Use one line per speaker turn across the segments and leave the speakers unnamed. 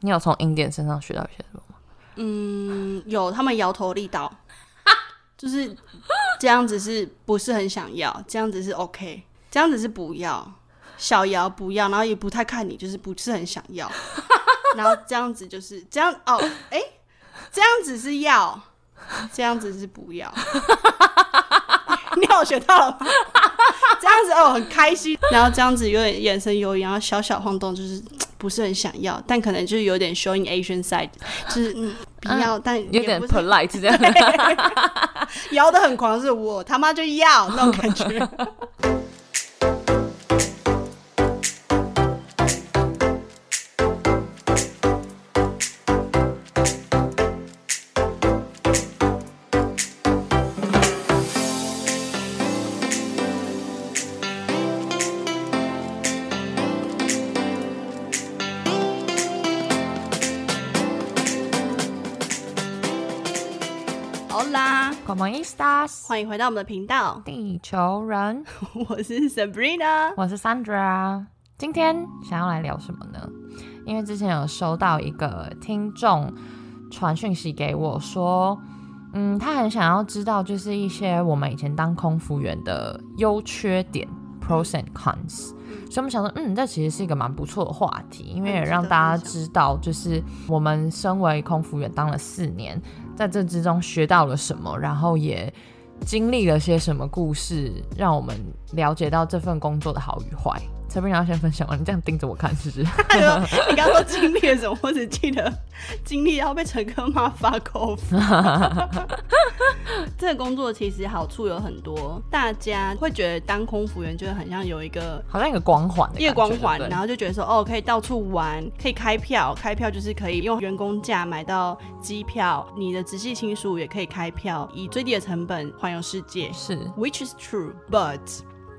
你有从印第安身上学到一些什么？
嗯，有他们摇头力道，就是这样子是不是很想要？这样子是 OK，这样子是不要，小摇不要，然后也不太看你，就是不是很想要， 然后这样子就是这样哦，哎、这样子是要，这样子是不要。 你有学到了吗？这样子哦，很开心，然后这样子有点眼神游移，然后小小晃动，就是不是很想要，但可能就是有点 showing Asian side，就是嗯不要，但也
啊有点
不是
polite 这样。
摇的很狂，是我他妈就要那种感觉。 好啦，
广播 i s t a s
欢迎回到我们的频道，
地球人，
我是 Sabrina。
我是 Sandra。今天想要来聊什么呢？因为之前有收到一个听众传讯息给我说，嗯，他很想要知道就是一些我们以前当空服员的优缺点 （pros and cons）。所以我们想说，嗯，这其实是一个蛮不错的话题，因为也让大家知道，就是我们身为空服员当了四年，在这之中学到了什么，然后也经历了些什么故事，让我们了解到这份工作的好与 坏。陈斌，你要先分享吗？你这样盯着我看，是不是？
哎呦，你刚刚说经历了什么？我只记得经历要被乘客骂发口福。 这个工作其实好处有很多，大家会觉得当空服员就是很像有一个
好像一个光环的感觉
夜光环
对不，对
然后就觉得说哦，可以到处玩，可以开票，开票就是可以用员工价买到机票，你的直系亲属也可以开票，以最低的成本环游世界。
是
Which is true, but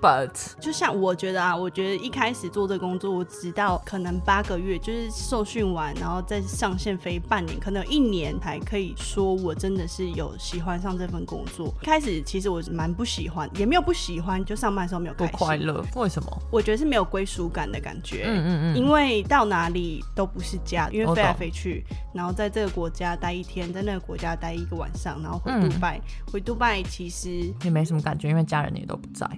，but
就像我觉得啊，我觉得一开始做这工作，我直到可能八个月，就是受训完，然后再上线飞半年，可能有一年才可以说我真的是有喜欢上这份工作。一开始其实我是蛮不喜欢，也没有不喜欢，就上班的时候没有
不
开心，
快乐，为什么？
我觉得是没有归属感的感觉。
嗯嗯嗯，
因为到哪里都不是家，因为
我
飞来
懂
飞去，然后在这个国家待一天，在那个国家待一个晚上，然后回
嗯
杜拜。回杜拜其实
也没什么感觉，因为家人也都不在。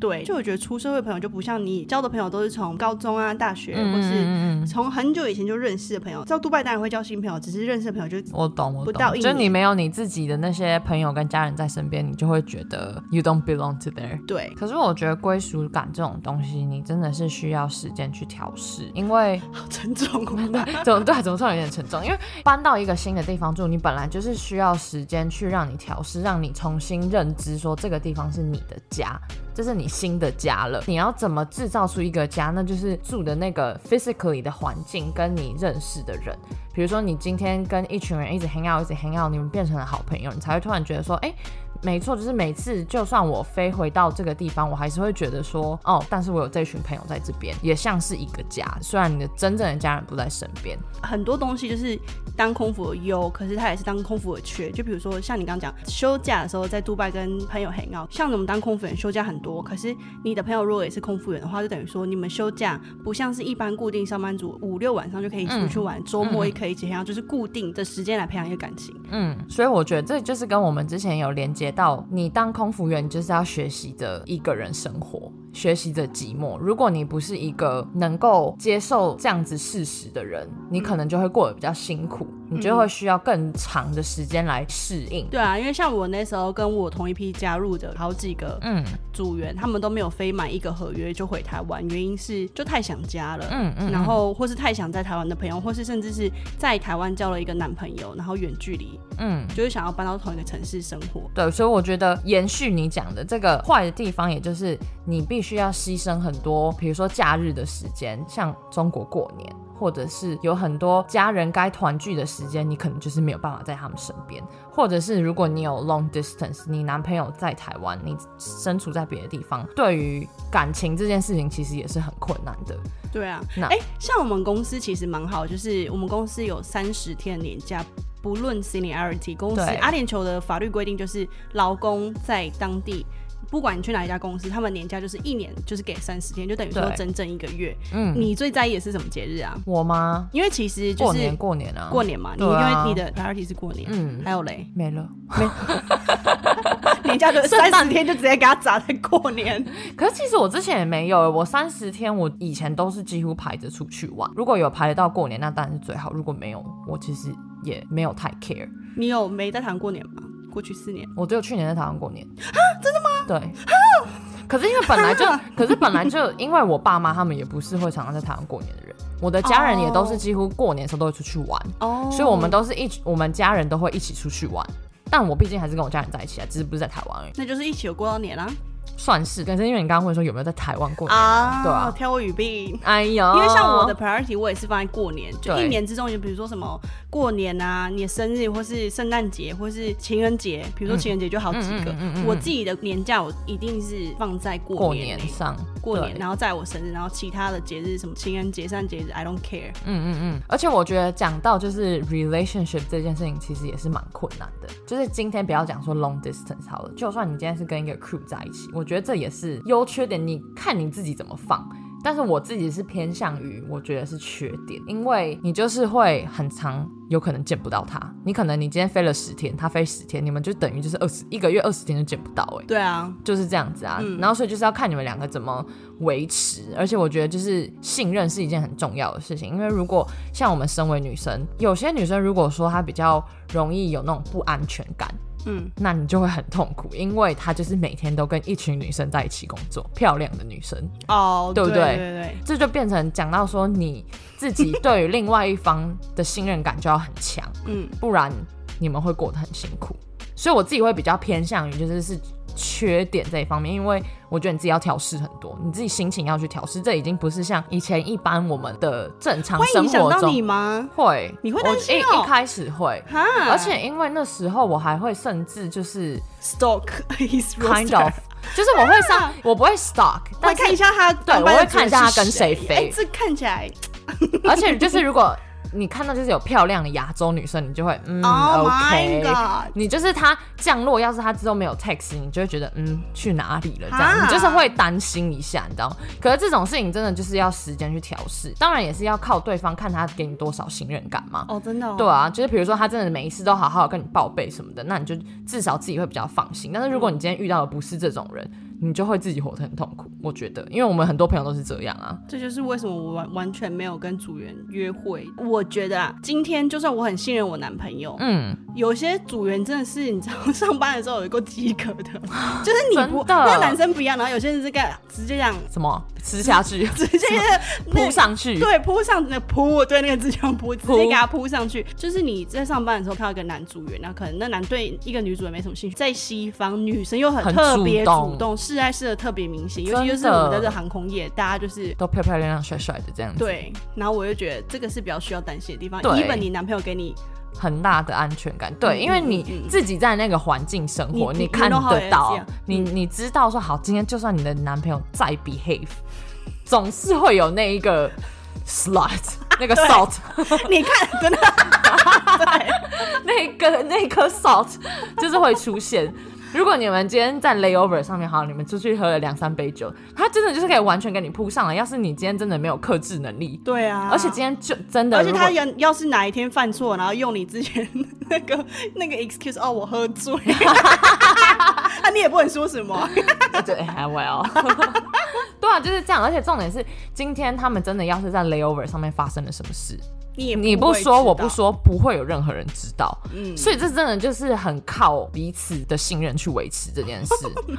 对，就我觉得出社会朋友就不像你交的朋友都是从高中啊、大学，
嗯
或
嗯
是
嗯嗯，
从很久以前就认识的朋友。到杜拜当然会交新朋友，只是认识的朋友就
我懂我
不到
懂，
一
就是你
年
没有你自己的那些朋友跟家人在身边，你就会觉得 you don't belong to there。
对，
可是我觉得归属感这种东西，你真的是需要时间去调试，因为
好沉重哦。
怎么对，怎么突然有点沉重？因为搬到一个新的地方住，你本来就是需要时间去让你调试，让你重新认知说这个地方是你的家，这是你新的家了。你要怎么制造出一个家？那就是住的那个 physically 的环境，跟你认识的人。比如说，你今天跟一群人一直 hang out，一直 hang out，你们变成了好朋友，你才会突然觉得说，哎、没错，就是每次就算我飞回到这个地方，我还是会觉得说，哦，但是我有这群朋友在这边，也像是一个家。虽然你的真正的家人不在身边，
很多东西就是当空服的优，可是它也是当空服的缺。就比如说像你刚刚讲，休假的时候在杜拜跟朋友 hang out，像我们当空服员休假很多，可是你的朋友如果也是空服员的话，就等于说你们休假不像是一般固定上班族五六晚上就可以出去玩，周、末也可以一起 hang out，就是固定的时间来培养一个感情。
嗯，所以我觉得这就是跟我们之前有连接到，你当空服员就是要学习着一个人生活，学习着寂寞。如果你不是一个能够接受这样子事实的人，你可能就会过得比较辛苦，你就会需要更长的时间来适应。
对啊，因为像我那时候跟我同一批加入的好几个
嗯
组员，他们都没有飞满一个合约就回台湾，原因是就太想家了。
嗯嗯，
然后或是太想在台湾的朋友，或是甚至是在台湾交了一个男朋友，然后远距离，
嗯。
就是想要搬到同一个城市生活。
对，所以我觉得延续你讲的这个坏的地方，也就是你必须要牺牲很多，比如说假日的时间，像中国过年，或者是有很多家人该团聚的时间，你可能就是没有办法在他们身边，或者是如果你有 long distance，你男朋友在台湾，你身处在别的地方，对于感情这件事情其实也是很困难的。
对啊，
那
哎、像我们公司其实蛮好，就是我们公司有三十天年假。不论 seniority，公司
对
阿联酋的法律规定就是，劳工在当地不管你去哪一家公司，他们年假就是一年就是给三十天，就等于说
对
整整一个月。
嗯，
你最在意的是什么节日啊？
我吗？
因为其实就
过
是
年过年啊，
过年嘛，你因
对啊
为你的 priority 是过年，
嗯
还有嘞，
没了。
年假就三十天就直接给他砸在过年。
可是其实我之前也没有，我三十天我以前都是几乎排着出去玩。如果有排得到过年，那当然是最好；如果没有，我其实也没有太 care。
你有没在台湾过年吗？过去四年，
我只有去年在台湾过年啊，真的吗？对。可是因为本来 就，可是本来就，因为我爸妈他们也不是会常常在台湾过年的人，我的家人也都是几乎过年的时候都会出去玩，
哦
所以我们都是一起，我们家人都会一起出去玩。但我毕竟还是跟我家人在一起啊，只是不是在台湾而已，
那就是一起有过到年啦。
算是。可是因为你刚刚问说有没有在台湾过年，
啊
对啊
挑我语病。
哎呦，
因为像我的 priority，我也是放在过年，就
对
一年之中，就比如说什么过年啊，你的生日，或是圣诞节，或是情人节，比如说情人节就好几个。
嗯嗯嗯嗯嗯嗯
我自己的年假，我一定是放在过
过
年
年
内
上，
过年，
对
然后在我生日，然后其他的节日，什么情人节、圣诞节日，I don't care。
嗯嗯嗯，而且我觉得讲到就是 relationship 这件事情，其实也是蛮困难的。就是今天不要讲说 long distance 好了，就算你今天是跟一个 crew 在一起，我觉得这也是优缺点，你看你自己怎么放。但是我自己是偏向于，我觉得是缺点，因为你就是会很长，有可能见不到他。你可能你今天飞了十天，他飞十天，你们就等于就是二十一个月二十天就见不到、欸，
对啊，
就是这样子啊。然后所以就是要看你们两个怎么维持，而且我觉得就是信任是一件很重要的事情，因为如果像我们身为女生，有些女生如果说她比较容易有那种不安全感。
嗯，
那你就会很痛苦，因为她就是每天都跟一群女生在一起工作，漂亮的女生，
哦，
对不
对
对
对对，
这就变成讲到说你自己对于另外一方的信任感就要很强，
嗯，
不然你们会过得很辛苦。所以我自己会比较偏向于就是是缺点这一方面，因为我觉得你自己要调试很多，你自己心情要去调试，这已经不是像以前一般我们的正常
会
生
影响
活
到你
中
吗？
会，
你会
我
担心
一
哦嗯
一开始会。
哈，
而且因为那时候我还会甚至就是
stalk his
kind
roster
of，就是我会
啊
上，我不会 stalk，
会
但是
看一下他
对
上班
我
的
会看一下他跟谁
族人是
飞
哎、这看起来
而且就是如果你看到就是有漂亮的亚洲女生，你就会嗯、
，Oh my
OK，
god！
你就是他降落，要是他之后没有 text，你就会觉得嗯去哪里了这样，
啊
你就是会担心一下，你知道吗？可是这种事情真的就是要时间去调试，当然也是要靠对方看他给你多少信任感嘛。
哦，真的、哦，
对啊，就是比如说他真的每一次都好好跟你报备什么的，那你就至少自己会比较放心。但是如果你今天遇到的不是这种人，你就会自己活得很痛苦。我觉得，因为我们很多朋友都是这样啊。
这就是为什么我完完全没有跟组员约会。我觉得啊，今天就算我很信任我男朋友，
嗯，
有些组员真的是你知道，上班的时候有够饥渴的，就是你不
真的
那男生不一样，然后有些人是干直接这样
什么吃下去，
直接 那
扑上去，
对，扑上那扑，对，那个字叫扑，直接
扑
给他扑上去。就是你在上班的时候看到一个男组员，然后可能那男对一个女主人没什么兴趣，在西方女生又
很
很特
主
别
动
主动，示爱示的特别明显，尤
真
其就是
的
我们在这航空业，大家就是。
都漂漂亮亮、帅帅的这样子，，
对，然后我就觉得这个是比较需要担心的地方。
对
even 你男朋友给你，
很大的安全感。对，因为
嗯
你
嗯
自己在那个环境生活，
你
你
你
看
know how it
得
is，
到
yeah，
你你知道说好，今天就算你的男朋友再 behave，总是会有那一个 slut 那个 salt
你看 真的，对，
那个那颗 salt 就是会出现。如果你们今天在 layover 上面，好，你们出去喝了两三杯酒，他真的就是可以完全给你扑上来。要是你今天真的没有克制能力，
对啊。
而且今天就真的，
而且
如果
他要要是哪一天犯错，然后用你之前 那个那个 excuse，哦，我喝 醉， 啊，你也不能说什么。
对，还 well。对啊，就是这样。而且重点是，今天他们真的要是在 layover 上面发生了什么事，
你也
你
不
不
会
说，
知
我不
道，
说，不会有任何人知道。
嗯，
所以这真的就是很靠彼此的信任去维持这 件事。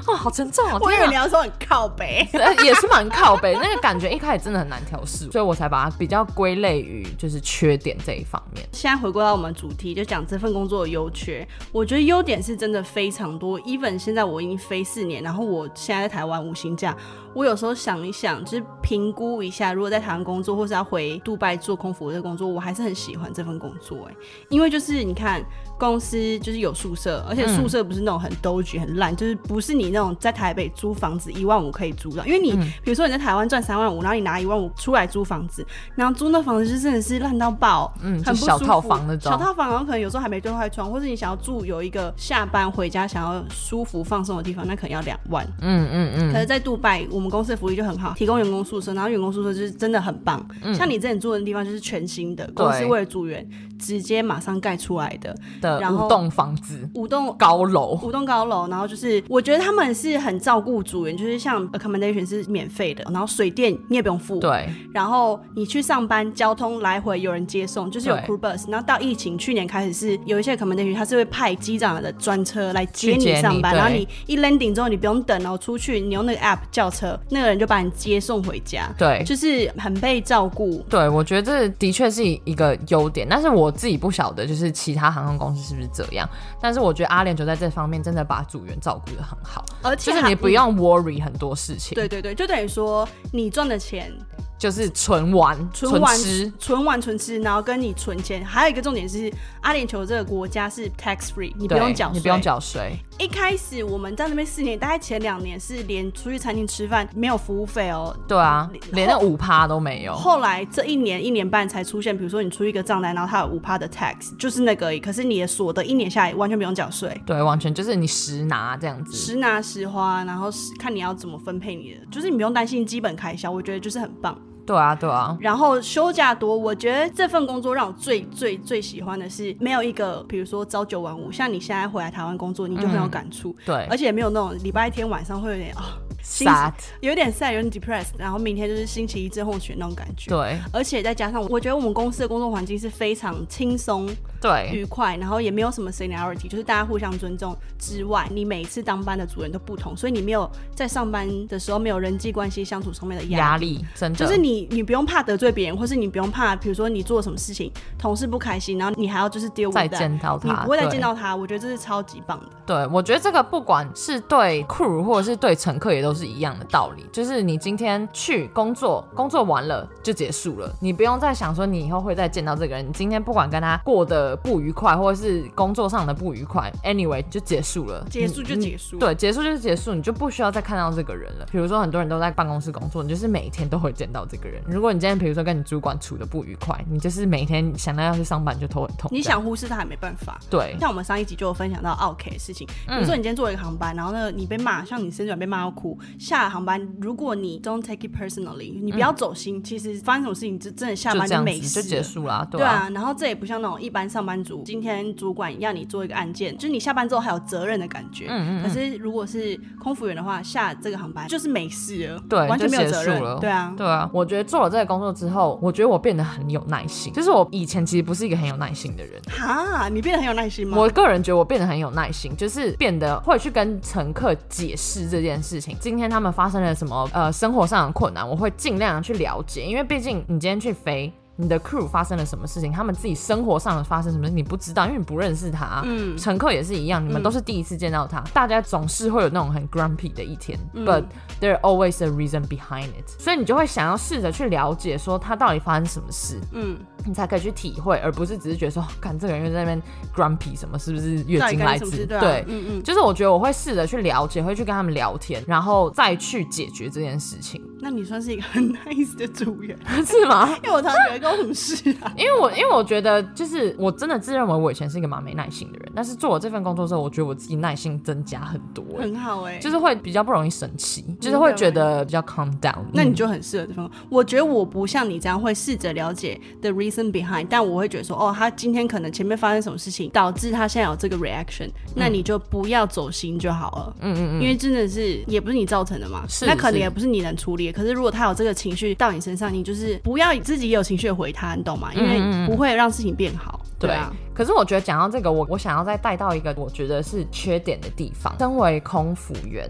哦，好沉重哦！
我以为
天
你
啊
要说很靠北。
呃也是蛮靠背，那个感觉一开始真的很难调试，所以我才把它比较归类于就是缺点这一方面。
现在回归到我们主题，就讲这份工作的优缺。我觉得优点是真的非常多。even 现在我已经飞四年，然后我现在在台湾无薪假，我有时候想一想，就是评估一下，如果在台湾工作，或是要回杜拜做空服务的工作，我还是很喜欢这份工作哎、因为就是你看公司就是有宿
嗯
舍，而且宿舍不是那种很兜局很烂，就是不是你那种在台北租房子一万五可以租到，因为
嗯
你、比如说你在台湾赚三万五，然后你拿一万五出来租房子，然后租那房子就真的是烂到爆，
嗯，就
很不
小
舒
套
服
房那种
小。套房，然后可能有时候还没对外窗，或者你想要住有一个下班回家想要舒服放松的地方，那可能要两万。
嗯嗯嗯，
可是，在杜拜，我们公司的福利就很好，提供员工宿舍，然后员工宿舍就是真的很棒。像你之前住的地方就是全新的，公司为了组员直接马上盖出来的
的
然
五
后
栋房子
五栋
高楼，
五栋高楼，然后就是我觉得他们是很照顾组员，就是像 accommodation 是免费的，然后水电你也不用付，
对，
然后你去上班，交通来回有人接送，就是有
对
crew bus。然后到疫情去年开始是有一些 accommodation，它是会派机长的专车来接
去接
你
你
上班，
对
然后你一 landing 之后你不用等哦，出去你用那个 app 叫车，那个人就把你接送回家，
对。
就是很被照顾。
对，我觉得这的确是一个优点，但是我自己不晓得，就是其他航空公司是不是这样。但是我觉得阿联酋在这方面真的把组员照顾的很好，
而且
就是
还嗯
你不、用 worry 很多事情，
对对对，就等于说你赚的钱
就是纯玩、
存完
吃，
存完存吃，然后跟你存钱，还有一个重点是阿联酋这个国家是 tax free，你
你
不用缴税，
你不用缴税，
一开始我们在那边四年，大概前两年是连出去餐厅吃饭没有服务费哦。
对啊，连那五趴都没有。
后来这一年一年半才出现，比如说你出一个账单，然后它有五趴的 tax，就是那个而已。可是你的所得一年下来完全不用缴税，
对，完全就是你实拿这样子。
实拿实花，然后是看你要怎么分配你的，就是你不用担心基本开销，我觉得就是很棒。
对啊，对啊，
然后休假多，我觉得这份工作让我最最最喜欢的是没有一个，比如说朝九晚五，像你现在回来台湾工作，你就很有感触，
对
而且也没有那种礼拜天晚上会有点啊。薪水
，sad，
有点 sad，有点 depressed，然后明天就是星期一症候群那种感觉。
对
而且再加上，我觉得我们公司的工作环境是非常轻松、
对
愉快，然后也没有什么 seniority，就是大家互相尊重之外，你每一次当班的主人都不同，所以你没有在上班的时候没有人际关系相处上面的压
压
力。
力真的
就是你，你不用怕得罪别人，或是你不用怕，比如说你做什么事情，同事不开心，然后你还要就是 deal with
再
that
见到
你
他，
不会再
对
见到他，我觉得这是超级棒的。
对，我觉得这个不管是对 crew 或者是对乘客也都是一样的道理，就是你今天去工作，工作完了就结束了，你不用再想说你以后会再见到这个人。你今天不管跟他过得不愉快，或者是工作上的不愉快，anyway 就结束了，
结束就
你
结束，，
嗯对，结束就是结束，你就不需要再看到这个人了。比如说，很多人都在办公室工作，你就是每天都会见到这个人。如果你今天比如说跟你主管处的不愉快，你就是每天想到要去上班就头很痛。
你
这样
想忽视他也没办法。
对
像我们上一集就有分享到 OK 的事情，比
嗯
如说你今天坐了一个航班，然后呢你被骂，像你升转被骂到哭，下了航班，如果你 don't take it personally，你不要走心，其实发生什么事情就真的下
嗯就
班
这样
没
子
事
就
了
结。束啦，
对
啊
啊，然后这也不像那种一般上班族，今天主管要你做一个案件，就是你下班之后还有责任的感觉。嗯嗯可是如果是空服员的话，下这个航班就是没事了，
对
完全
就
没有
结
责
束
任
了。
对啊，
对啊，我觉得做了这个工作之后，我觉得我变得很有耐心。就是我以前其实不是一个很有耐心的人，
哈，你变得很有耐心吗？
我个人觉得我变得很有耐心，就是变得会去跟乘客解释这件事情。今天他们发生了什么呃生活上的困难，我会尽量地去了解，因为毕竟你今天去飞。你的 crew 发生了什么事情？他们自己生活上发生什么事你不知道，因为你不认识他。嗯，乘客也是一样，你们都是第一次见到他，大家总是会有那种很 grumpy 的一天、b u t there always a reason behind it。所以你就会想要试着去了解，说他到底发生什么事。
嗯，
你才可以去体会，而不是只是觉得说，看这个人又在那边 grumpy 什么，是不是月
到底
经
干
来
什么
自？
事对啊嗯嗯，
就是我觉得我会试着去了解，会去跟他们聊天，然后再去解决这件事情，
那你算是一个很 nice 的组员，
是吗？
因为我常常觉得跟我什么事啊？
因为我因为我觉得就是我真的自认为我以前是一个蛮没耐心的人，但是做了这份工作之后，我觉得我自己耐心增加很多、欸
很好哎、
就是会比较不容易生气，就是会觉得比较 calm down。
那你就很适合这份工。我觉得我不像你这样会试着了解 the reason behind，但我会觉得说，哦，他今天可能前面发生什么事情导致他现在有这个 reaction，、那
嗯
你就不要走心就好了。嗯嗯嗯，因为真的是也不是你造成的嘛，
是
那可
是
能也不是你能处理的。可是如果他有这个情绪到你身上，你就是不要自己也有情绪地回他，你懂吗？
嗯
因为不会让事情变好。对啊，
可是我觉得讲到这个，我我想要再带到一个我觉得是缺点的地方。身为空服员，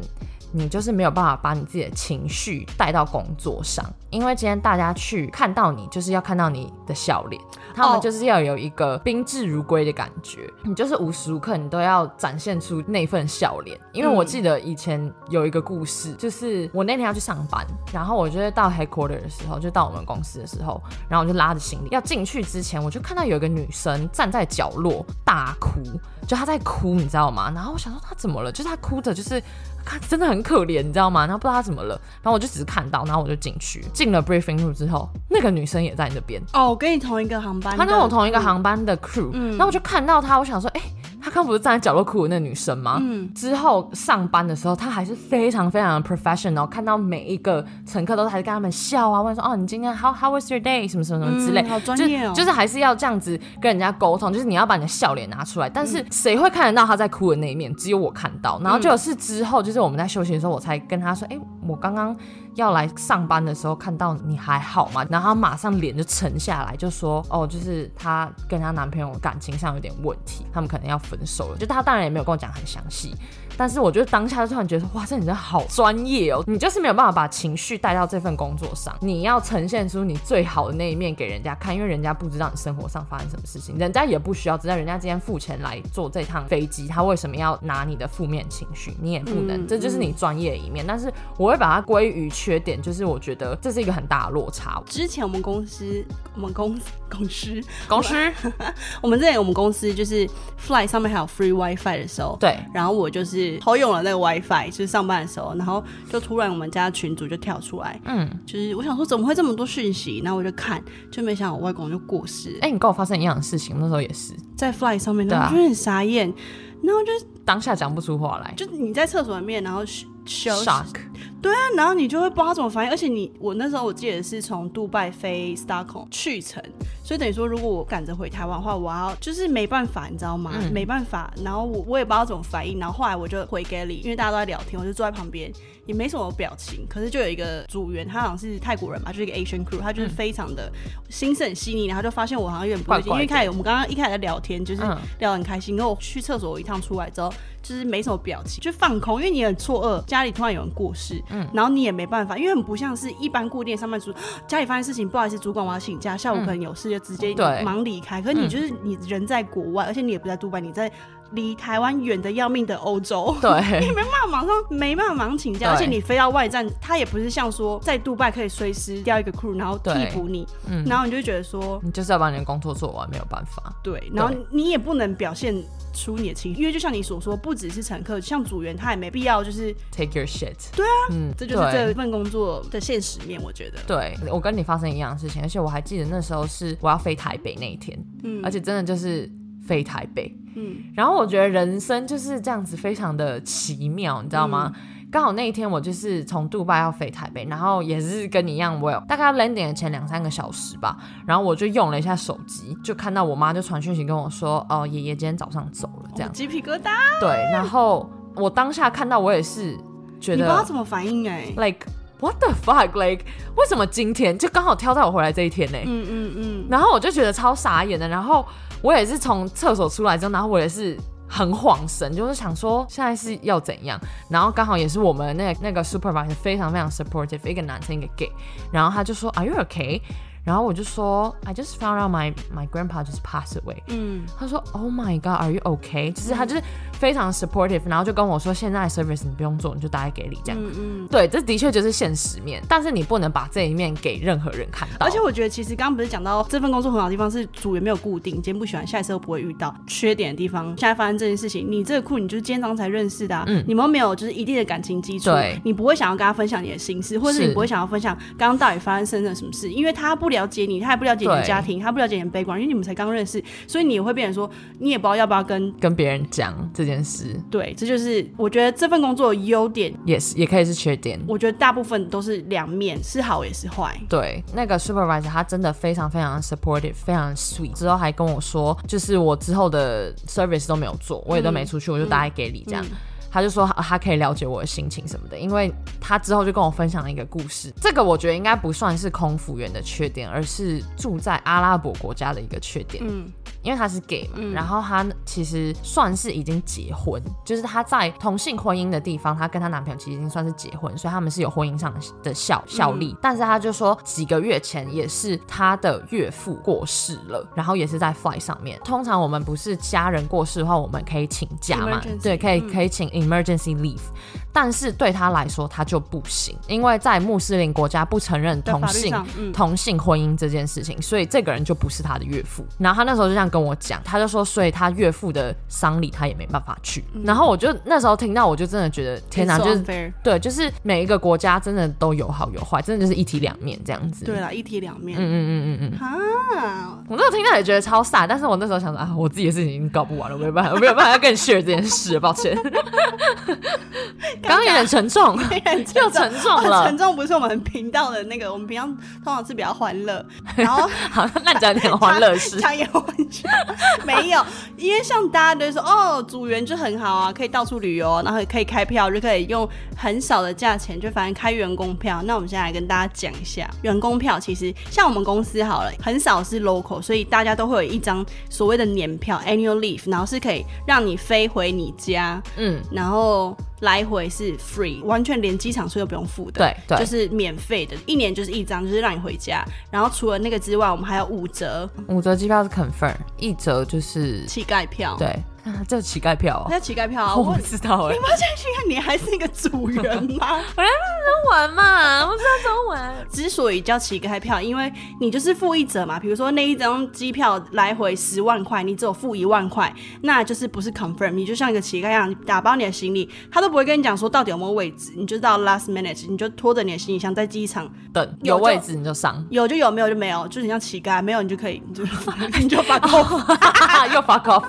你就是没有办法把你自己的情绪带到工作上，因为今天大家去看到你，就是要看到你的笑脸，他
哦
们就是要有一个宾至如归的感觉，你就是无时无刻你都要展现出那份笑脸。因为我
嗯
记得以前有一个故事，就是我那天要去上班，然后我就是到 headquarter 的时候，就到我们公司的时候，然后我就拉着行李要进去之前，我就看到有一个女生站在角落大哭，就她在哭，你知道吗？然后我想说她怎么了？就是她哭着，就是看真的很可怜，你知道吗？然后不知道她怎么了，然后我就只是看到，然后我就进去，进了 briefing room 之后，那个女生也在那边，
哦，我跟你同一个航班的，
她跟我同一个航班的 crew，
嗯
然后我就看到她，我想说，哎、她刚不是站在角落哭的那女生吗？
嗯，
之后上班的时候，他还是非常非常的 professional，看到每一个乘客都还是跟他们笑啊，问说哦，你今天 how how was your day 什么什么什么之类，
嗯好专
就
业哦，
就是是还是要这样子跟人家沟通，就是你要把你的笑脸拿出来，但
嗯
是谁会看得到他在哭的那一面？只有我看到。然后就是之后，就是我们在休息的时候，我才跟他说，哎、我刚刚要来上班的时候看到你还好吗？然后他马上脸就沉下来，就说，哦，就是她跟她男朋友感情上有点问题，他们可能要分手了。就他当然也没有跟我讲很详细，但是我觉得当下就突然觉得，哇，这女生好专业哦！你就是没有办法把情绪带到这份工作上，你要呈现出你最好的那一面给人家看，因为人家不知道你生活上发生什么事情，人家也不需要知道，人家今天付钱来坐这趟飞机，他为什么要拿你的负面情绪？你也不能，
嗯
这就是你专业的一面。但是我会把它归于缺点，就是我觉得这是一个很大的落差。
之前我们公司，我们公司公司，
公司
我们之前我们公司就是 Fly 上面还有 Free WiFi 的时候，
对，
然后我就是偷用了那个 WiFi，就是上班的时候，然后就突然我们家群组就跳出来，
嗯，
就是我想说怎么会这么多讯息，然后我就看，就没想到我外公就过世了，
哎、你跟我发生一样的事情，那时候也是
在 Fly 上面，
对
然
啊
后我就很傻眼，然后就
当下讲不出话来
就是你在厕所里面，然后休休息，
，shock，
啊然后你就会不知道怎么反应，而且你我那时候我记得是从杜拜飞 Stockholm 去程，所以等于说如果我赶着回台湾的话，我要就是没办法，你知道吗？
嗯
没办法，然后我我也不知道怎么反应，然后后来我就回 Gally，因为大家都在聊天，我就坐在旁边，也没什么表情，可是就有一个组员，他好像是泰国人吧，就是一个 Asian crew，他就是非常的心思很细腻，然后就发现我好像有点不对
怪怪
劲，因
的
为一开始我们刚刚一开始在聊天，就是
嗯
聊得很开心，可我去厕所一趟出来之后，就是没什么表情，就放空，因为你很错愕，家里突然有人过世，嗯，然后你也没办法，因为很不像是一般固定的上班族， 家里发生事情，不好意思，主管我要请假，下午可能有事就直接
嗯对嗯
忙离开，可是你就是你人在国外，而且你也不在杜拜，你在离台湾远的要命的欧洲。
对。
那马上没办法忙请
对
假，而且你飞到外站，他也不是像说在杜拜可以随时调一个 crew，然后替
对
补你，
嗯
然后你就觉得说，
你就是要把你的工作做完，没有办法。
对，然后你也不能表现出你的情绪，因为就像你所说，不只是乘客，像组员他也没必要，就是
Take your shit。对啊，嗯，
这就是
对
这份工作的现实面，我觉得。
对，我跟你发生一样的事情，而且我还记得那时候是我要飞台北那一天，
嗯
而且真的就是飞台北。
嗯，
然后我觉得人生就是这样子，非常的奇妙，你知道吗？
嗯
刚好那一天我就是从杜拜要飞台北，然后也是跟你一样，我有大概要 landing 的前两三个小时吧，然后我就用了一下手机，就看到我妈就传讯息跟我说，哦，爷爷今天早上走了，这样、
鸡皮疙瘩，
对。然后我当下看到我也是觉
你
得
不知道怎么反应哎、
like what the fuck like 为什么今天就刚好挑到我回来这一天呢、
嗯嗯嗯，
然后我就觉得超傻眼的，然后我也是从厕所出来之后，然后我也是。很恍神，就是想说现在是要怎样，然后刚好也是我们那那个 supervisor 非常非常 supportive，一个男生一个 gay，然后他就说 Are you okay？然后我就说 I just found out my my grandpa just passed away。
嗯，
他说 Oh my God, are you okay？就是他就是非常 supportive，然后就跟我说现在 service 你不用做，你就打给你这样。
嗯嗯。
对，这的确就是现实面，但是你不能把这一面给任何人看到。
而且我觉得，其实刚刚不是讲到这份工作很好的地方是组员没有固定，今天不喜欢，下一次又不会遇到。缺点的地方，现在发生这件事情，你这个库你就是今天早上才认识的、啊，
嗯
你们没有就是一定的感情基础
对，
你不会想要跟他分享你的心事，或者是你
是
不会想要分享刚刚到底发生了什么事，因为他不了解你，他也不了解你的
对
家庭，他不了解你的背景，因为你们才刚认识，所以你也会变成说，你也不知道要不要跟。
跟别人讲这件事，
对，这就是我觉得这份工作的优点。
也是也可以是缺点。
我觉得大部分都是两面，是好也是坏。
对，那个 supervisor 他真的非常非常 supportive，非常 sweet。之后还跟我说，就是我之后的 service 都没有做，我也
嗯
都没出去，我就大概给你这样。他就说他他可以了解我的心情什么的，因为他之后就跟我分享了一个故事。这个我觉得应该不算是空服员的缺点，而是住在阿拉伯国家的一个缺点。
嗯，
因为他是 gay 嘛，然后他其实算是已经结婚，就是他在同性婚姻的地方，她跟她男朋友其实已经算是结婚，所以他们是有婚姻上的效效
嗯
力。但是他就说几个月前也是他的岳父过世了，然后也是在 fly 上面。通常我们不是家人过世的话，我们可以请假嘛
Emergency，嗯
对，可以可以请 emergency leave。但是对他来说，他就不行，因为在穆斯林国家不承认
在
同
法律
性
上，嗯，
同性婚姻这件事情，所以这个人就不是他的岳父。然后他那时候就这样跟我讲，他就说，所以他岳父的丧礼他也没办法去。
嗯
然后我就那时候听到，我就真的觉得天哪，
It's so
就是
unfair
对，就是每一个国家真的都有好有坏，真的就是一体两面这样子。
对啦，一体两面。
嗯嗯嗯嗯嗯，
啊，
我那时候听到也觉得超傻，但是我那时候想说啊，我自己的事情已经搞不完了，我没有办法，我没有办法更 share 这件事，抱歉。刚刚有点沉 重，又沉重
哦
了
沉，重不是我们频道的那个，我们平常通常是比较欢 乐，然后
好， 那你讲点欢乐事。
强颜欢笑， 没有，因为像大家都会说哦，组员就很好啊，可以到处旅游，然后也可以开票，就可以用很少的价钱，就反正开员工票。那我们现在来跟大家讲一下，员工票其实像我们公司好了，很少是 local，所以大家都会有一张所谓的年票 annual leave，然后是可以让你飞回你家，
嗯，
然后来回是 free，完全连机场税都不用付的。
对对，
就是免费的，一年就是一张，就是让你回家。然后除了那个之外，我们还有五折
五折机票是 confirm，一折就是
乞丐票。
对， 啊这乞丐票、哦，
那乞丐票啊，
我
我
不
问
知道哎、
你发现乞丐你还是一个主人 吗？
中文嘛，我知道中文。
之所以叫乞丐票，因为你就是付一折嘛。比如说那一张机票来回十万块，你只有付一万块，那就是不是 confirm，你就像一个乞丐一样，你打包你的行李，他都不会跟你讲说到底有没有位置，你就到 last minute，你就拖着你的行李箱在机场，
等
有
有
就
位置你就 上，
有就有，没有就没有，就是像乞丐，没有你就可以，你就 你就 把扣
又 fuck off。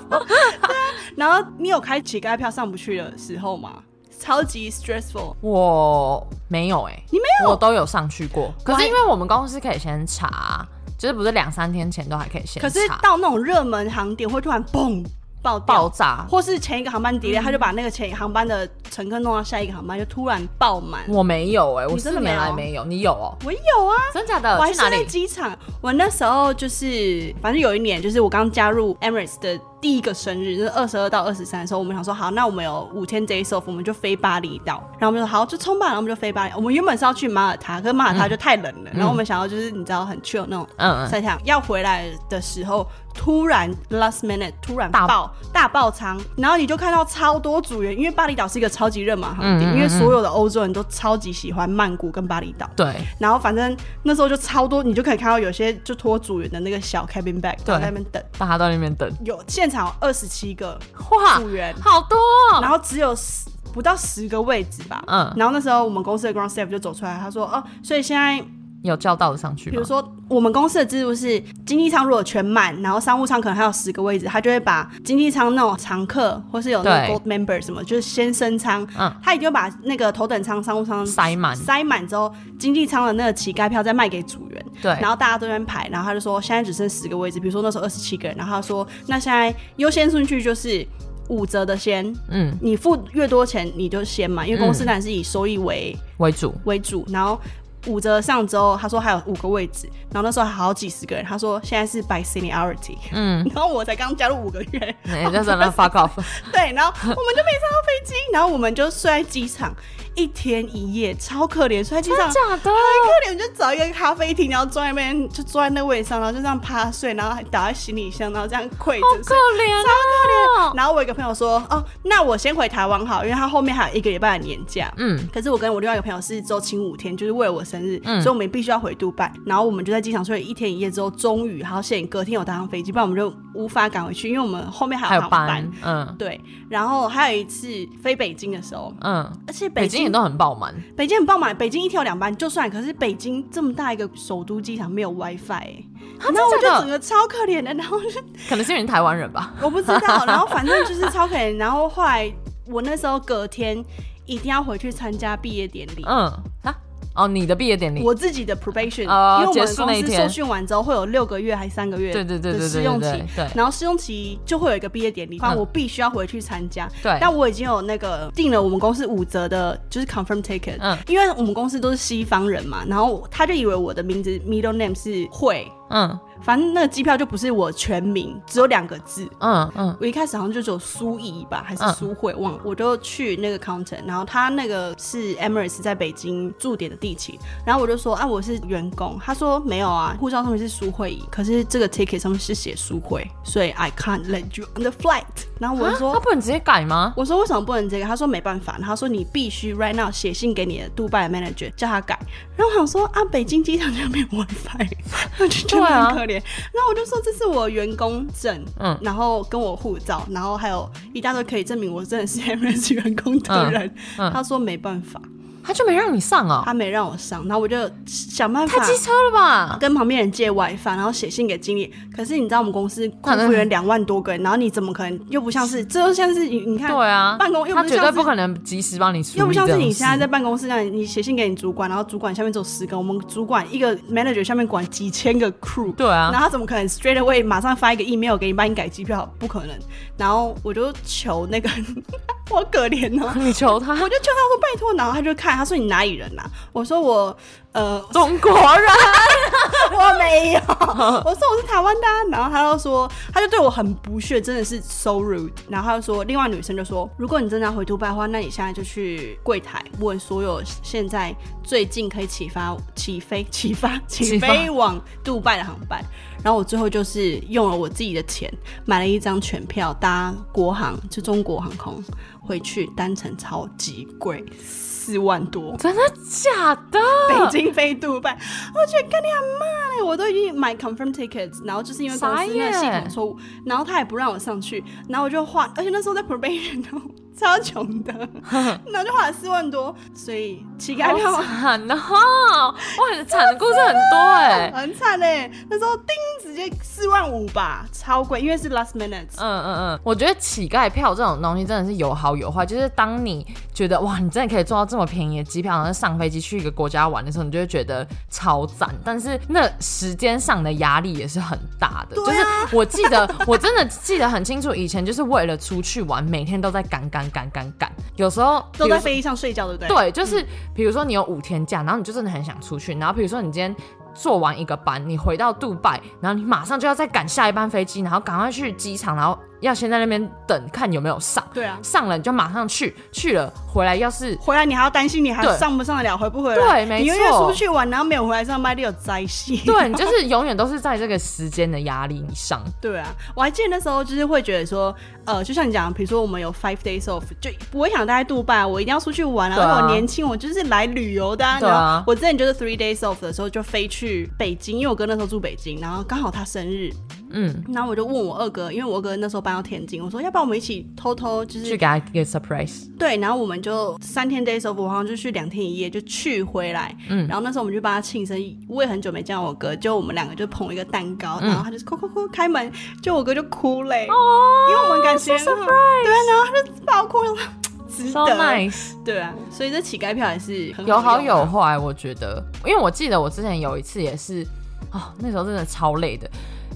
然后你有开乞丐票上不去的时候吗？超级 stressful。
我没有哎、
你没
有，我都有上去过。可
我还
是因为我们公司可以先查，就是不是两三天前都还可以先查，
可是到那种热门航点会突然嘣爆嗯掉
爆炸。
或是前一个航班 delay，、他就把那个前一个航班的乘客弄到下一个航班，就突然爆满。
我没有哎、我
你真
四
的
年来
没
没有，你有哦、
我有啊，
真假
我
的？
还
呃去
是
哪
在
里？
机场。我那时候就是，反正有一年，就是我刚加入 Emirates 的第一个生日，就是二十二到二十三的时候，我们想说，好，那我们有五天 days off，我们就飞巴厘岛。然后我们就说好，就冲吧，然后我们就飞巴厘。我们原本是要去马耳他，可是马耳他就太冷了，然后我们想要就是你知道很 chill 那种。
嗯嗯，
在想要回来的时候，突然 last minute 突然
大
爆大爆仓，然后你就看到超多组员，因为巴厘岛是一个超级热门航点，
嗯嗯嗯
因为所有的欧洲人都超级喜欢曼谷跟巴厘岛。
对，
然后反正那时候就超多，你就可以看到有些就拖组员的那个小 cabin bag，
对
然后在那边等。
大家都在那边等。
有现场二十七个
哇，
组员，
好多、哦。
然后只有十不到十个位置吧。
嗯，
然后那时候我们公司的 ground staff 就走出来，他说：“哦，所以现在
有叫到的上去
比
吗
如？说，我们公司的制度是经济舱如果全满，然后商务舱可能还有十个位置，他就会把经济舱那种常客或是有那个 gold member 什么，就是先升舱，
嗯
他一定会把那个头等舱、商务舱
塞满，
塞满之后，经济舱的那个乞丐票再卖给组员，
对，
然后大家都在那边排，然后他就说现在只剩十个位置，比如说那时候二十七个人，然后他说那现在优先顺序就是五折的先，
嗯，
你付越多钱你就先嘛，因为公司当然是以收益为
为主。
为主，然后五折上之后，他说还有五个位置，然后那时候还好几十个人，他说现在是 by seniority，
嗯，
然后我才刚加入五个月，
也就是那 fuck off。
对，然后我们就没上到飞机，然后我们就睡在机场一天一夜，超可怜，睡在机场。很
假的？
可怜，我们就找一个咖啡厅，然后坐在那边，就坐在那位置上，然后就这样趴睡，然后还倒在行李箱，然后这样跪着睡。
怜哦。
然后我有一个朋友说，哦，那我先回台湾好，因为他后面还有一个礼拜的年假。
嗯，
可是我跟我另外一个朋友是周请五天，就是为了我生日，
嗯
所以我们必须要回杜拜。然后我们就在机场睡了一天一夜之后，终于好险，隔天有搭上飞机，不然我们就无法赶回去，因为我们后面还
还
有
有
航
班，嗯
对，然后还有一次飞北京的时候，
嗯，
而且北
北京也
京
都很爆满，
北京很爆满，北京一天有两班就算，可是北京这么大一个首都机场没有 WiFi，、欸、然后我就
啊真的假的
整个超可怜的，然后就
可能是因为你台湾人吧。
我不知道，然后反正就是超可怜。然后后来我那时候隔天一定要回去参加毕业典礼，
嗯啊，哦，你的毕业典礼，
我自己的 probation，、
哦
因为我
结
们
束那
公
一
司
天
受训完之后会有六个月还三个月
对对对
的
对
试
对
用
对
期
对。对
然后试用期就会有一个毕业典礼，反正
嗯
我必须要回去参加。
对，
但我已经有那个订了我们公司五折的，就是 confirm ticket，、
嗯
因为我们公司都是西方人嘛，然后他就以为我的名字 middle name 是会，
嗯，
反正那个机票就不是我全名，只有两个字。
嗯嗯
我一开始好像就只有苏怡吧，还是
嗯
苏慧忘了，我就去那个 Counter，然后他那个是 Emirates 在北京驻点的地勤，然后我就说啊我是员工，他说没有啊，护照上面是苏慧仪，可是这个 ticket 上面是写苏慧，所以 I can't let you on the flight。然后我就说
啊他不能直接改吗？
我说为什么不能这个？他说没办法，他说你必须 right now 写信给你的杜拜的 manager 叫他改。然后我想说啊，北京机场就没有 WiFi，我就觉
对
得
啊
很可怜。然后我就说这是我员工证，
嗯
然后跟我护照，然后还有一大堆可以证明我真的是 MS 员工的人。
嗯嗯
他说没办法，
他就没让你上哦，
他没让我上，然后我就想办
太
法。
机车了吧？
跟旁边人借 WiFi，然后写信给经理。可是你知道我们公司空服员两万多个人，然后你怎么可能又不像是，这就像是你你看
对啊，
办公又
他
不是
绝
像
对
是
不可能及时帮你处理
又不像是
这种
你
事
现在在办公室那样，你写信给你主管，然后主管下面只有十个，我们主管一个 manager 下面管几千个 crew，、
对
然
啊，
后他怎么可能 straight away 马上发一个 email 给你帮你改机票？不可能。然后我就求那个， 我好可怜哦，
你求他
我就求他说拜托，然后他就看，他说你哪里人啊？我说我呃
中国人，
我没有，我说我是台湾的啊、然后他就说，他就对我很不屑，真的是 so rude。然后他就说，另外女生就说，如果你真的要回杜拜的话，那你现在就去柜台问所有现在最近可以起发、起飞、 起发、起
起发
飞往杜拜的航班。然后我最后就是用了我自己的钱买了一张全票，搭国航就中国航空回去，单程超级贵，四万多。
真的假的？
北京飞杜拜，我觉得干你阿妈嘞！我都已经买 confirm tickets，然后就是因为公
傻
司那
眼
个系统错误，然后他也不让我上去，然后我就花，而且那时候在 probation 哦，超 穷的，然后就花了四万多，所以乞丐票
好惨哦！ 哇，你惨的故事很多哎。
很惨嘞。那时候叮直接四万五吧，超贵，因为是 last minute。
嗯嗯嗯，我觉得乞丐票这种东西真的是有好有坏，就是当你觉得哇，你真的可以做到这么便宜的机票，然后上飞机去一个国家玩的时候，你就会觉得超赞，但是那时间上的压力也是很大
啊
的。就是我记得，我真的记得很清楚，以前就是为了出去玩，每天都在赶赶赶赶赶，有时候
都
比
在
如说
飞机上睡觉，对不对？，
对，就是比如说你有五天假，然后你就真的很想出去，然后比如说你今天做完一个班，你回到杜拜，然后你马上就要再赶下一班飞机，然后赶快去机场，然后要先在那边等看有没有上，
对啊。
上了你就马上去，去了回来要 是
回来你还要担心你还
对
上不上得了，回不回来？
对没
你永远
错
出去玩，然后没有回来上班，你有灾星。
对你就是永远都是在这个时间的压力上，
对啊，我还记得那时候就是会觉得说，呃，就像你讲，比如说我们有 five days off，就不会想待在杜拜，我一定要出去玩啊。
对啊
因为我年轻，我就是来旅游的、啊。
对啊
然后我之前就是 three days off 的时候就飞去北京，因为我哥那时候住北京，然后刚好他生日，
嗯，
然后我就问我二哥，因为我二哥那时候搬到天津，我说要不然我们一起偷偷就
去
是
给他一个 surprise，
对，然后我们就三天 days off，我好像就去两天一夜就去回来，
嗯
然后那时候我们就帮他庆生，我也很久没见到我哥，就我们两个就捧一个蛋糕，
嗯
然后他就是哭哭哭开门，就我哥就哭嘞、哦
哦
因为我们感情很好，对啊，然后他就爆哭了，值
so
得
nice。
对啊，所以这乞丐票也是很
有好
用
有
啊，
坏，我觉得，因为我记得我之前有一次也是，哦，那时候真的超累的，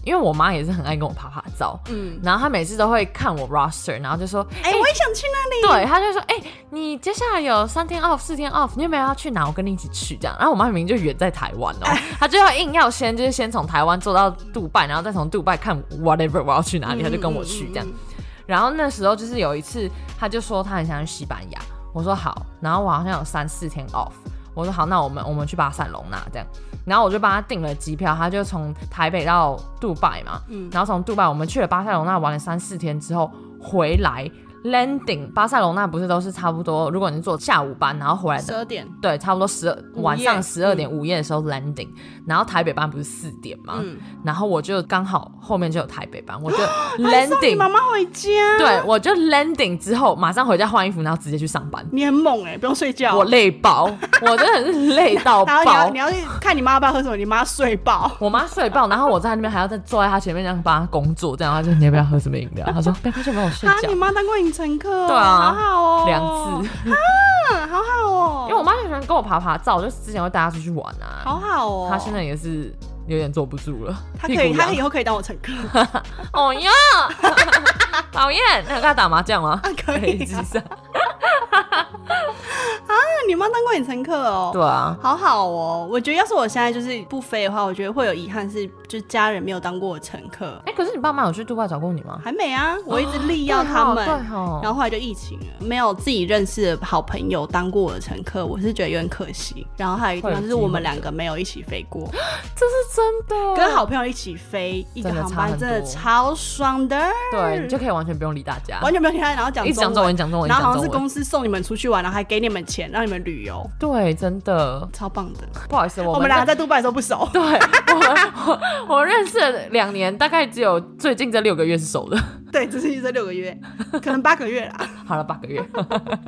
因为我妈也是很爱跟我爬爬照，
嗯，
然后她每次都会看我 roster，然后就说，
哎、我也想去那里，
对，她就说，哎、你接下来有三天 off，四天 off，你有没有要去哪？我跟你一起去这样。然后我妈明明就远在台湾 哦，她就要硬要先就是先从台湾坐到杜拜，然后再从杜拜看 whatever 我要去哪里，她就跟我去这样
嗯。。嗯嗯
然后那时候就是有一次，他就说他很想去西班牙，我说好，然后我好像有三四天 off，我说好，那我们我们去巴塞隆纳这样，然后我就帮他订了机票，他就从台北到杜拜嘛，
嗯
然后从杜拜我们去了巴塞隆纳玩了三四天之后回来 landing，巴塞隆纳不是都是差不多，如果你是坐下午班然后回来
十
的。
二点，
对，差不多十二
午夜
晚上十二点
嗯
午夜的时候 landing，、然后台北班不是四点嘛，
嗯，
然后我就刚好后面就有台北班，我就
还送你
landing
妈妈回家，
对，我就 landing 之后马上回家换衣服，然后直接去上班。
你很猛哎、不用睡觉，
我累 爆，我真的是累到
然后你要
爆
你。要去看你妈要不要喝什么，你妈睡爆。
我妈睡爆，然后我在那边还要再坐在她前面这样帮她工作，这样她就你要不要喝什么饮料？她说不要，就没有睡
啊，
觉
你妈当过你乘客哦？
对啊
好好哦，
两次，，
嗯，好好哦，
因为我妈很喜欢跟我爬爬照，就之前会带她出去玩啊。
好好哦，
她现在也是有点坐不住了，
她
屁
可以，
股
她
痒
以。后可以当 我乘客，啊
哦 呀， 讨厌！那有跟她打麻将吗？
可以啊
飞机上。
那你妈当过你乘客哦。
对啊，
好好哦，我觉得要是我现在就是不飞的话，我觉得会有遗憾是，就是家人没有当过我乘客，
哎、可是你爸妈有去杜拜找过你吗？
还没啊，我一直力要他
哦
们，
对哦，
然后后来就疫情了，没有自己认识的好朋友当过我的乘客，我是觉得有点可惜。然后还有一个地方就是我们两个没有一起飞过，
这是真的，
跟好朋友一起飞一个
哦真的
航
差
班
很
真的
多
超爽的，
对，你就可以完全不用理大家，
完全没有听他然后讲
一直讲中文，讲中文，
然后好像是
讲中文
公司送你们出去玩，然后还给你们钱让你们旅游，
对，真的，
超棒的。
不好意思，我
我们
们
俩在杜拜的时候不熟，
对，我们 我我认识了两年，大概只有最近这六个月是熟的，
对，只是这六个月，可能八个月啦。
好了八个月，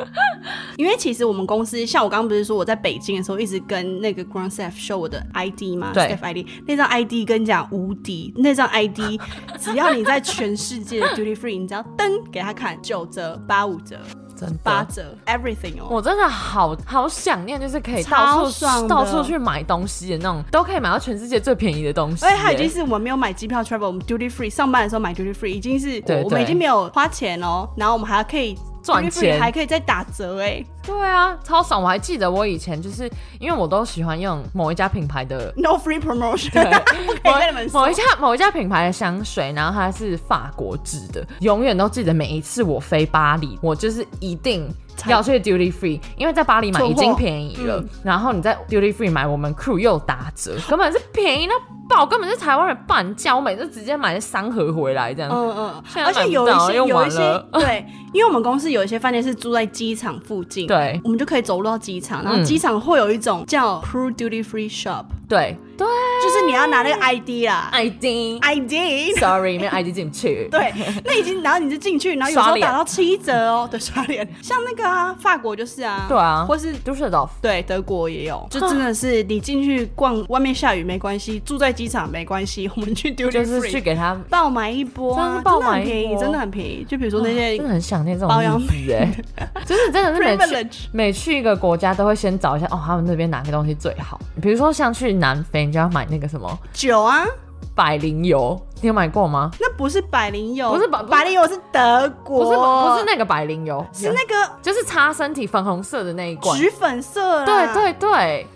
因为其实我们公司，像我刚刚不是说我在北京的时候，一直跟那个 Ground Staff show 我的 ID 嘛
对
，Staff ID 那张 ID 跟你讲无敌，那张 ID 只要你在全世界的 Duty Free，你只要登给他看九折、八五折、
真
八
的。
折，everything 哦。
我真的好好想念，就是可以
超
到
爽
处
的
到处去买东西的那种，都可以买到全世界最便宜的东西
而
耶。
且它已经是我们没有买机票 travel，我们 duty free 上班的时候买 duty free 已经是
对对
我们已经没有花钱哦，然后我们还可以 duty
赚
free
钱
还可以再打折哎。
对啊，超爽！我还记得我以前就是因为我都喜欢用某一家品牌的
No free promotion，不 可以跟你们
某
说
一。家某一家品牌的香水，然后它是法国制的，永远都记得每一次我飞巴黎，我就是一定。要去 duty free，因为在巴黎买
囤货嗯
已经便宜了，然后你在 duty free 买，我们 crew 又打 折，根本是便宜到爆，根本是台湾人半价，我每次直接买三盒回来这样。
嗯嗯，
现在
而且
买不
有一
到
些
用
有一
完
些
了
对，因为我们公司有一些饭店是住在机场附近，，
对
我们就可以走路到机场，然后
嗯
机场会有一种叫 crew duty free shop，
对对
就是你要拿
哦
那个 ID 啦
，ID，sorry，
，ID。
没有 ID 进不去。
对，那已经，然后你就进去，然后有时
刷
候
脸
打到七折哦， 对，刷脸，像那个啊，法国就是啊，
对啊
或是
都是的，
对德国也有，啊就真的是你进去逛，外面下雨没关系，住在机场没关系，我们去 duty
就是去
free
给他
爆买一波
真
啊，
是爆
真的很
买一
便宜，
波
真的很便宜，就比如说那些
真的很想念这
保
种
养
日子 哎、就是真的是每去
privilege。
每去一个国家都会先找一下哦，他们那边哪个东西最好。比如说像去南非，你就要买那个什么
酒啊，
百灵油，你有买过吗？
那不是百灵油，
不是百不是
百灵油是德国，
不是不是那个百灵油，
是那个啊
就是擦身体粉红色的那一罐。
橘粉色啦，
对对对，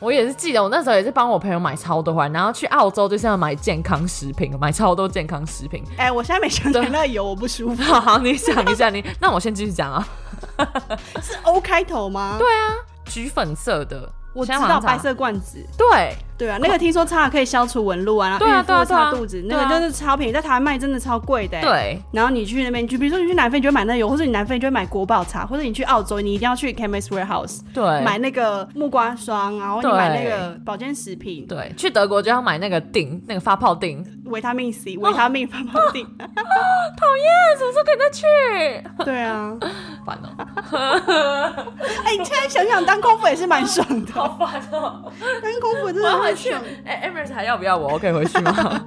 我也是记得，我那时候也是帮我朋友买超多回来，然后去澳洲就是要买健康食品，买超多健康食品。
哎、我现在没想起来那个油，我不舒服，
好 好，你想一下，你那我先继续讲啊。
是 O 开头吗？对，
橘粉色的，
我知
啊现在马上
道
查
白。色罐子，
对，
对啊，那个听说擦了可以消除纹路啊，然后
对啊
孕妇
对啊对啊
擦肚子，
对
那
啊
个真的超便宜，在台湾卖真的超贵的、。欸
对，
然后你去那边，就比如说你去南非，你就会买那油，或者你南非你就会买国宝茶，或者你去澳洲，你一定要去 Chemist Warehouse
对，
买那个木瓜霜，然后你
对
买那个保健食品，
对，去德国就要买那个锭，那个发泡锭。
维他命
哦
C、维他命方泡 定。
什么时候可以再去？
对啊，
烦哦，
哎、你现在想想当空腹也是蛮爽的，
好烦哦！
当空腹
我
真的
要回
很
去。
爽。
哎、e m i r a t 还要不要我？我可以回去吗？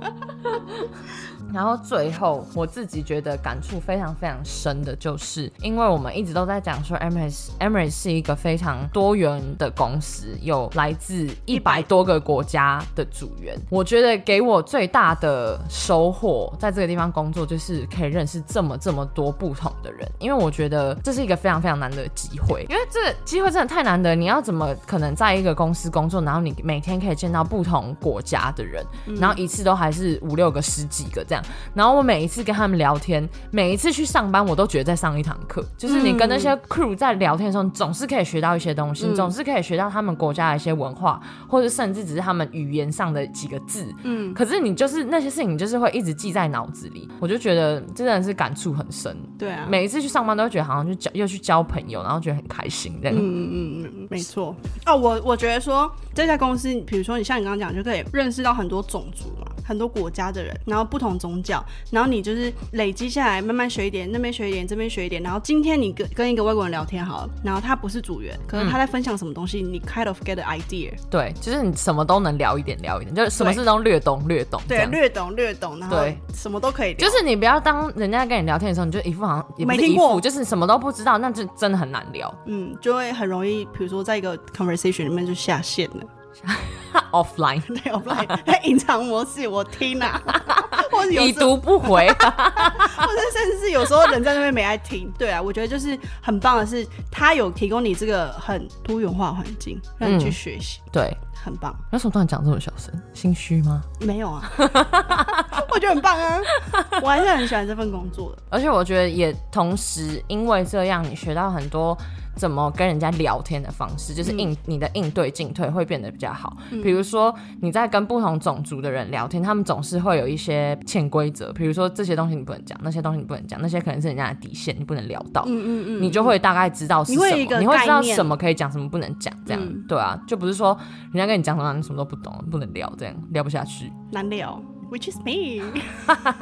然后最后，我自己觉得感触非常非常深的，就是因为我们一直都在讲说，Emirates Emirates 是一个非常多元的公司，有来自一百多个国家的组员。我觉得给我最大的收获，在这个地方工作，就是可以认识这么这么多不同的人，因为我觉得这是一个非常非常难得的机会，因为这个机会真的太难得，你要怎么可能在一个公司工作，然后你每天可以见到不同国家的人，然后一次都还是五六个、十几个这样。然后我每一次跟他们聊天，每一次去上班，我都觉得在上一堂课。就是你跟那些 crew 在聊天的时候，你总是可以学到一些东西，你总是可以学到他们国家的一些文化，或者甚至只是他们语言上的几个字。
嗯，
可是你就是那些事情，你就是会一直记在脑子里。我就觉得真的是感触很深，
对啊，
每一次去上班都会觉得好像去交又去交朋友，然后觉得很开心这样。
嗯嗯嗯嗯，没错。哦，我我觉得说这家公司，比如说你像你刚刚讲，就可以认识到很多种族嘛，很多国家的人，然后不同宗教，然后你就是累积下来，慢慢学一点，那边学一点，这边学一点，然后今天你跟跟一个外国人聊天好了，然后他不是组员，可是
嗯
他在分享什么东西，你 kind of get an idea，
对，就是你什么都能聊一点，聊一点，就是什么事都略懂略懂这
对，
样。
略懂略懂，然后
对
什么都可以聊，
就是你不要当人家跟你聊天的时候，你就一副好像也不
没
是
听
一
过
副，就是什么都不知道，那就真的很难聊。
嗯，就会很容易，比如说在一个 conversation 里面就下线了。
他 offline
对， 我不来，隐藏模式我听啊，或者有
已
时
读
候
不回，
者甚至是有时候人在那边没爱听。对啊，我觉得就是很棒的是，他有提供你这个很多元化的环境，让你去
嗯
学习，
对，
很棒。
为什么突然讲这么小声？心虚吗？
没有啊， 我觉得很棒啊，我还是很喜欢这份工作的。
而且我觉得也同时因为这样，你学到很多怎么跟人家聊天的方式，
嗯
就是应、你的应对进退会变得比较好。比如说你在跟不同种族的人聊天，他们总是会有一些潜规则，比如说这些东西你不能讲，那些东西你不能讲，那些可能是人家的底线，你不能聊到。
嗯嗯嗯，
你就会大概知道是
你
什
会
么，
有一
你
个
会知道
概念
什么可以讲，什么不能讲，这样、
嗯
对啊，就不是说人家跟你讲什么你什么都不懂，不能聊，这样聊不下去。
难聊，which is me 。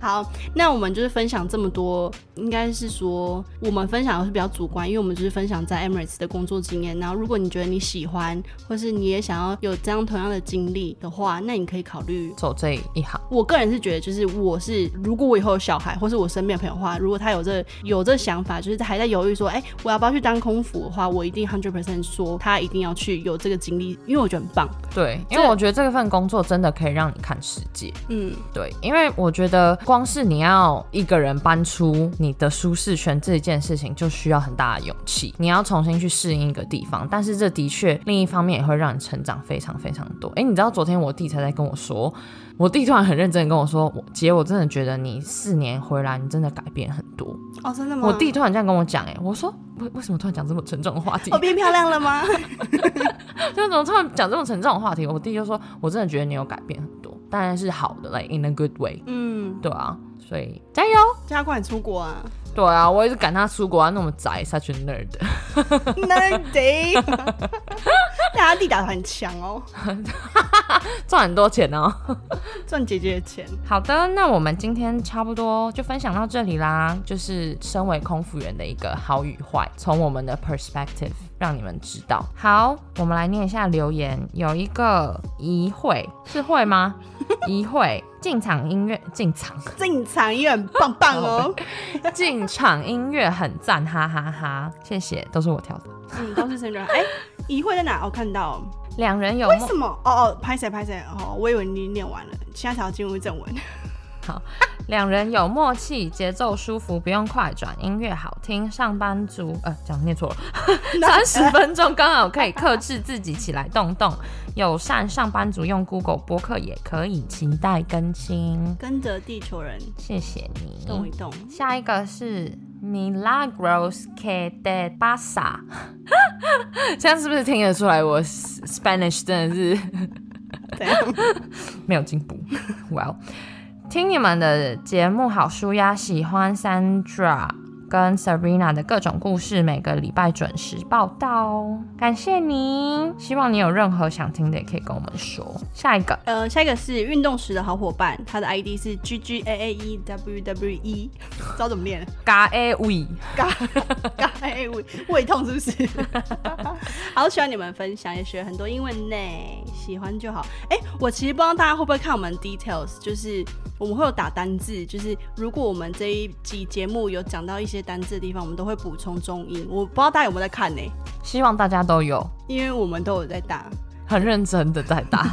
好，那我们就是分享这么多，应该是说我们分享的是比较主观，因为我们就是分享在 Emirates 的工作经验。然后，如果你觉得你喜欢，或是你也想要有这样同样的经历的话，那你可以考虑。
走这一行，
我个人是觉得，就是我是如果我以后有小孩，或是我身边的朋友的话，如果他有这有这想法，就是还在犹豫说，哎、我要不要去当空服的话，我一定 hundred percent 说他一定要去有这个经历，因为我觉得很棒。
对，因
这
为我觉得这份工作真的可以让你看世界。
嗯，
对，因为我觉得光是你要一个人搬出你的舒适圈这件事情，就需要很大的勇气。你要重新去适应一个地方，但是这的确另一方面也会让你成长非常非常多。诶，你知道昨天我弟才在跟我说，我弟突然很认真的跟我说，我姐，我真的觉得你四年回来，你真的改变很多。
哦，真的吗？
我弟突然这样跟我讲，诶，我说为为什么突然讲这么沉重的话题？
哦我变漂亮了 吗？
就怎么突然讲这种沉重的话题？我弟就说，我真的觉得你有改变很多，当然是好的，like in a good way。
嗯，
对啊，所以加油。
加快出国 啊
对啊，我一直赶他出国，他那么宅，他去 nerd，
，nerd day，但他地打得很强哦，
赚很多钱哦。
赚姐姐的 钱。
好的，那我们今天差不多就分享到这里啦。就是身为空服员的一个好与坏，从我们的 perspective 让你们知道。好，我们来念一下留言，有一个疑会是会 吗？疑会进场音乐进场。
进场也很棒棒 哦，
进场音乐很赞，哈哈哈谢谢，都是我挑的。
嗯，都是成人。 哎、怡慧在哪？我、看到，
两人有
为
梦
什么？哦哦，拍谁拍谁？哦，我以为你念完了，现在才要进入 正文。
两人有默契，节奏舒服，不用快转，音乐好听，上班族呃讲念错了，三十分钟刚好可以克制自己起来动动，友善上班族用 Google 播客也可以，期待更新，
跟着地球人
谢谢
动一
你。
动，
下一个是 Milagros que de pasa，这样是不是听得出来我 Spanish 真的是？
怎样？
没有进步。Well，听你们的节目好舒压，喜欢 Sandra 跟 Serena 的各种故事，每个礼拜准时报道哦，感谢您。希望你有任何想听的，也可以跟我们说。下一个，
呃，下一个是运动时的好伙伴，他的 ID 是 G G A A E W W E，不知道怎么念。
嘎 A We，
刚才胃胃痛是不是？ 好喜欢你们分享，也学很多英文呢，喜欢就好。哎、我其实不知道大家会不会看我们 details，就是我们会有打单字，就是如果我们这一集节目有讲到一些单字的地方，我们都会补充中英。我不知道大家有没有在看呢、
希望大家都有
因为我们都有在打。
很认真的在打。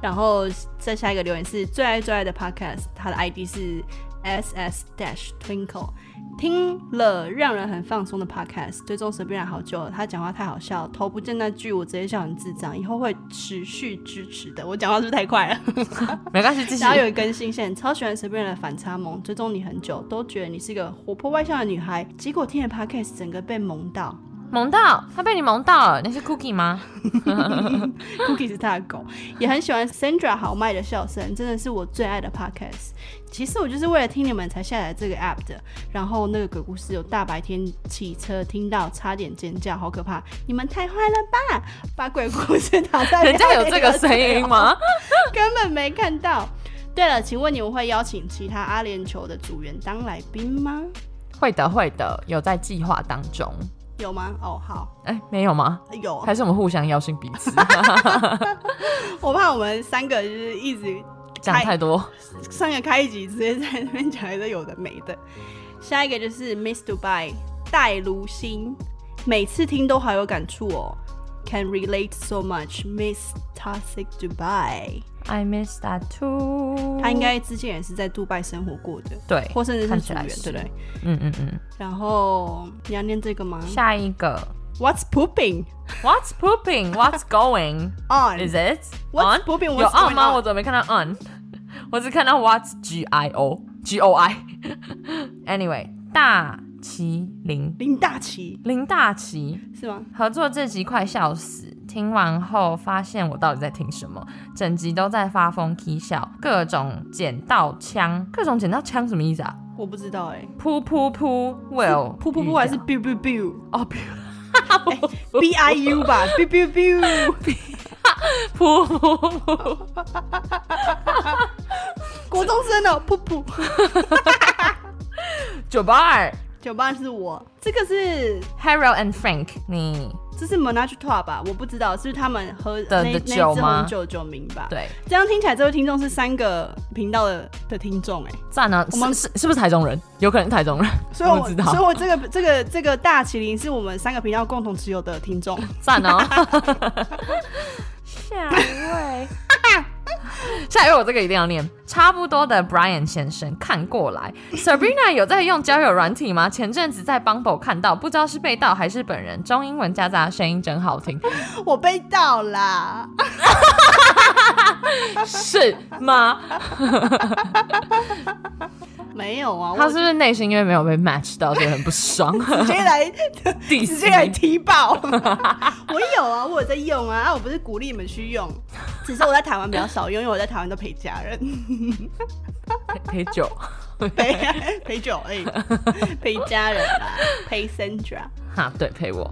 然后再下一个留言是最爱最爱的 podcast，它的 ID 是 S S dash twinkle，听了让人很放松的 podcast，追踪随便好久了，他讲话太好笑，头不见那句我直接笑成智障，以后会持续支持的。我讲话是不是太快了？
没关系，继续
然。后有更新线，超喜欢随便的反差萌，追踪你很久，都觉得你是个活泼外向的女孩，结果听了 podcast 整个被萌到。
萌到他被你萌到了，那是 Cookie 吗？
Cookie 是他的狗，也很喜欢 Sandra 豪迈的笑声，真的是我最爱的 podcast。其实我就是为了听你们才下载这个 app 的。然后那个鬼故事有大白天骑车听到，差点尖叫，好可怕！你们太坏了吧，把鬼故事打在
人家 有这个声音吗？
根本没看到。对了，请问你们会邀请其他阿联酋的组员当来宾吗？
会的，会的，有在计划当中。
有吗？哦，好，
哎、没有吗？
有。啊
还是我们互相邀请彼此，
我怕我们三个就是一直
讲太多。
上个开一集直接在那边讲一堆有的没的。下一个就是 Miss Dubai 戴如欣，每次听都好有感触哦。Can relate so much, Miss Toxic Dubai。
I miss that too。
他应该之前也是在杜拜生活过的，
对，
或甚至
看
是
起
组
来
员，对
是
不对？
嗯嗯嗯。
然后你要念这个吗
下一个
？What's pooping
，What's pooping? What's going?
on?
Is it
What's
on?
pooping?
有
What's
on 吗？我
going on?
怎么没看到 on？我只看到 What's G I O G O I。anyway，大麒麟
林大奇
林大奇
是吗？
合作这集快笑死！听完后发现我到底在听什么，整集都在发疯 k 笑，各种捡到枪，各种捡到枪什么意思啊？
我不知道哎，
噗噗噗，Will
噗噗噗还是 biu biu biu
哦，噗
b i u 吧，biu biu biu。
噗 噗噗，
国中生的噗噗。
九八二
九八是我，这个是
，Harold and Frank，你
这是 Menage t o 吧？我不知道是不是他们喝
的
那
的
那
酒
支
吗
红酒酒名吧？，
对
这样听起来这位听众是三个频道的的听众哎、
赞呢？
我们
是是是不是台中人？有可能是台中人，
所以我
不知道
所以我这个这个这个大麒麟是我们三个频道共同持有的听众。
赞哦。 下一位， 下一位我这个一定要念。差不多的 Brian 先生看过来，Sabrina 有在用交友软体吗？前阵子在 Bumble 看到，不知道是被盗还是本人。中英文夹杂，声音真好听，
我被盗啦！
是吗？
没有啊，
他
我
是不是内心因为没有被 match 到，所以很不 爽？
直接来
第
直
四
接来踢爆。我有啊，我有在用啊，啊，我不是鼓励你们去用，只是我在台湾比较少用，因为我在台湾都陪家人，
陪酒。
陪 陪酒而已， 陪家人啊， 陪 Sandra。
哈，对，陪我。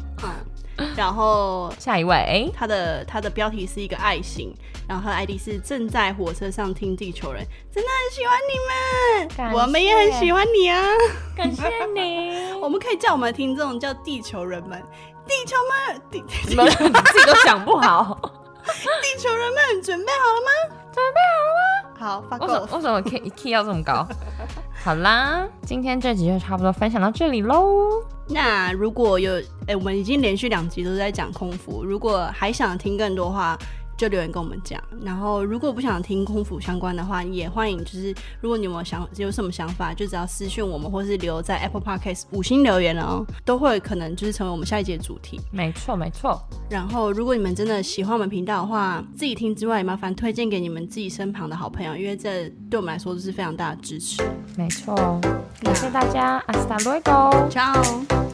嗯，然后
下一位，
它的它的标题是一个爱心，然后它的 ID 是正在火车上听地球人，真的很喜欢
感
你
谢
们，我们也很喜欢你啊！
感谢你。
我们可以叫我们的听众叫地球人们，地球们，地
你
地
们 自己都想不好。
地球人们，准备好了吗？准备好了吗？好，发
为什么
够。
为什么 key key 要这么高？好啦，今天这集就差不多分享到这里喽。
那如果有，哎、我们已经连续两集都在讲空服，如果还想听更多的话。就留言跟我们讲，然后如果不想听空服相关的话，也欢迎就是如果你有没有想有什么想法，就只要私讯我们，或是留在 Apple Podcast 五星留言哦，都会可能就是成为我们下一节主题。
没错没错，
然后如果你们真的喜欢我们频道的话，自己听之外，也麻烦推荐给你们自己身旁的好朋友，因为这对我们来说是非常大的支持。
没错，感谢大家，阿斯达瑞 o
ciao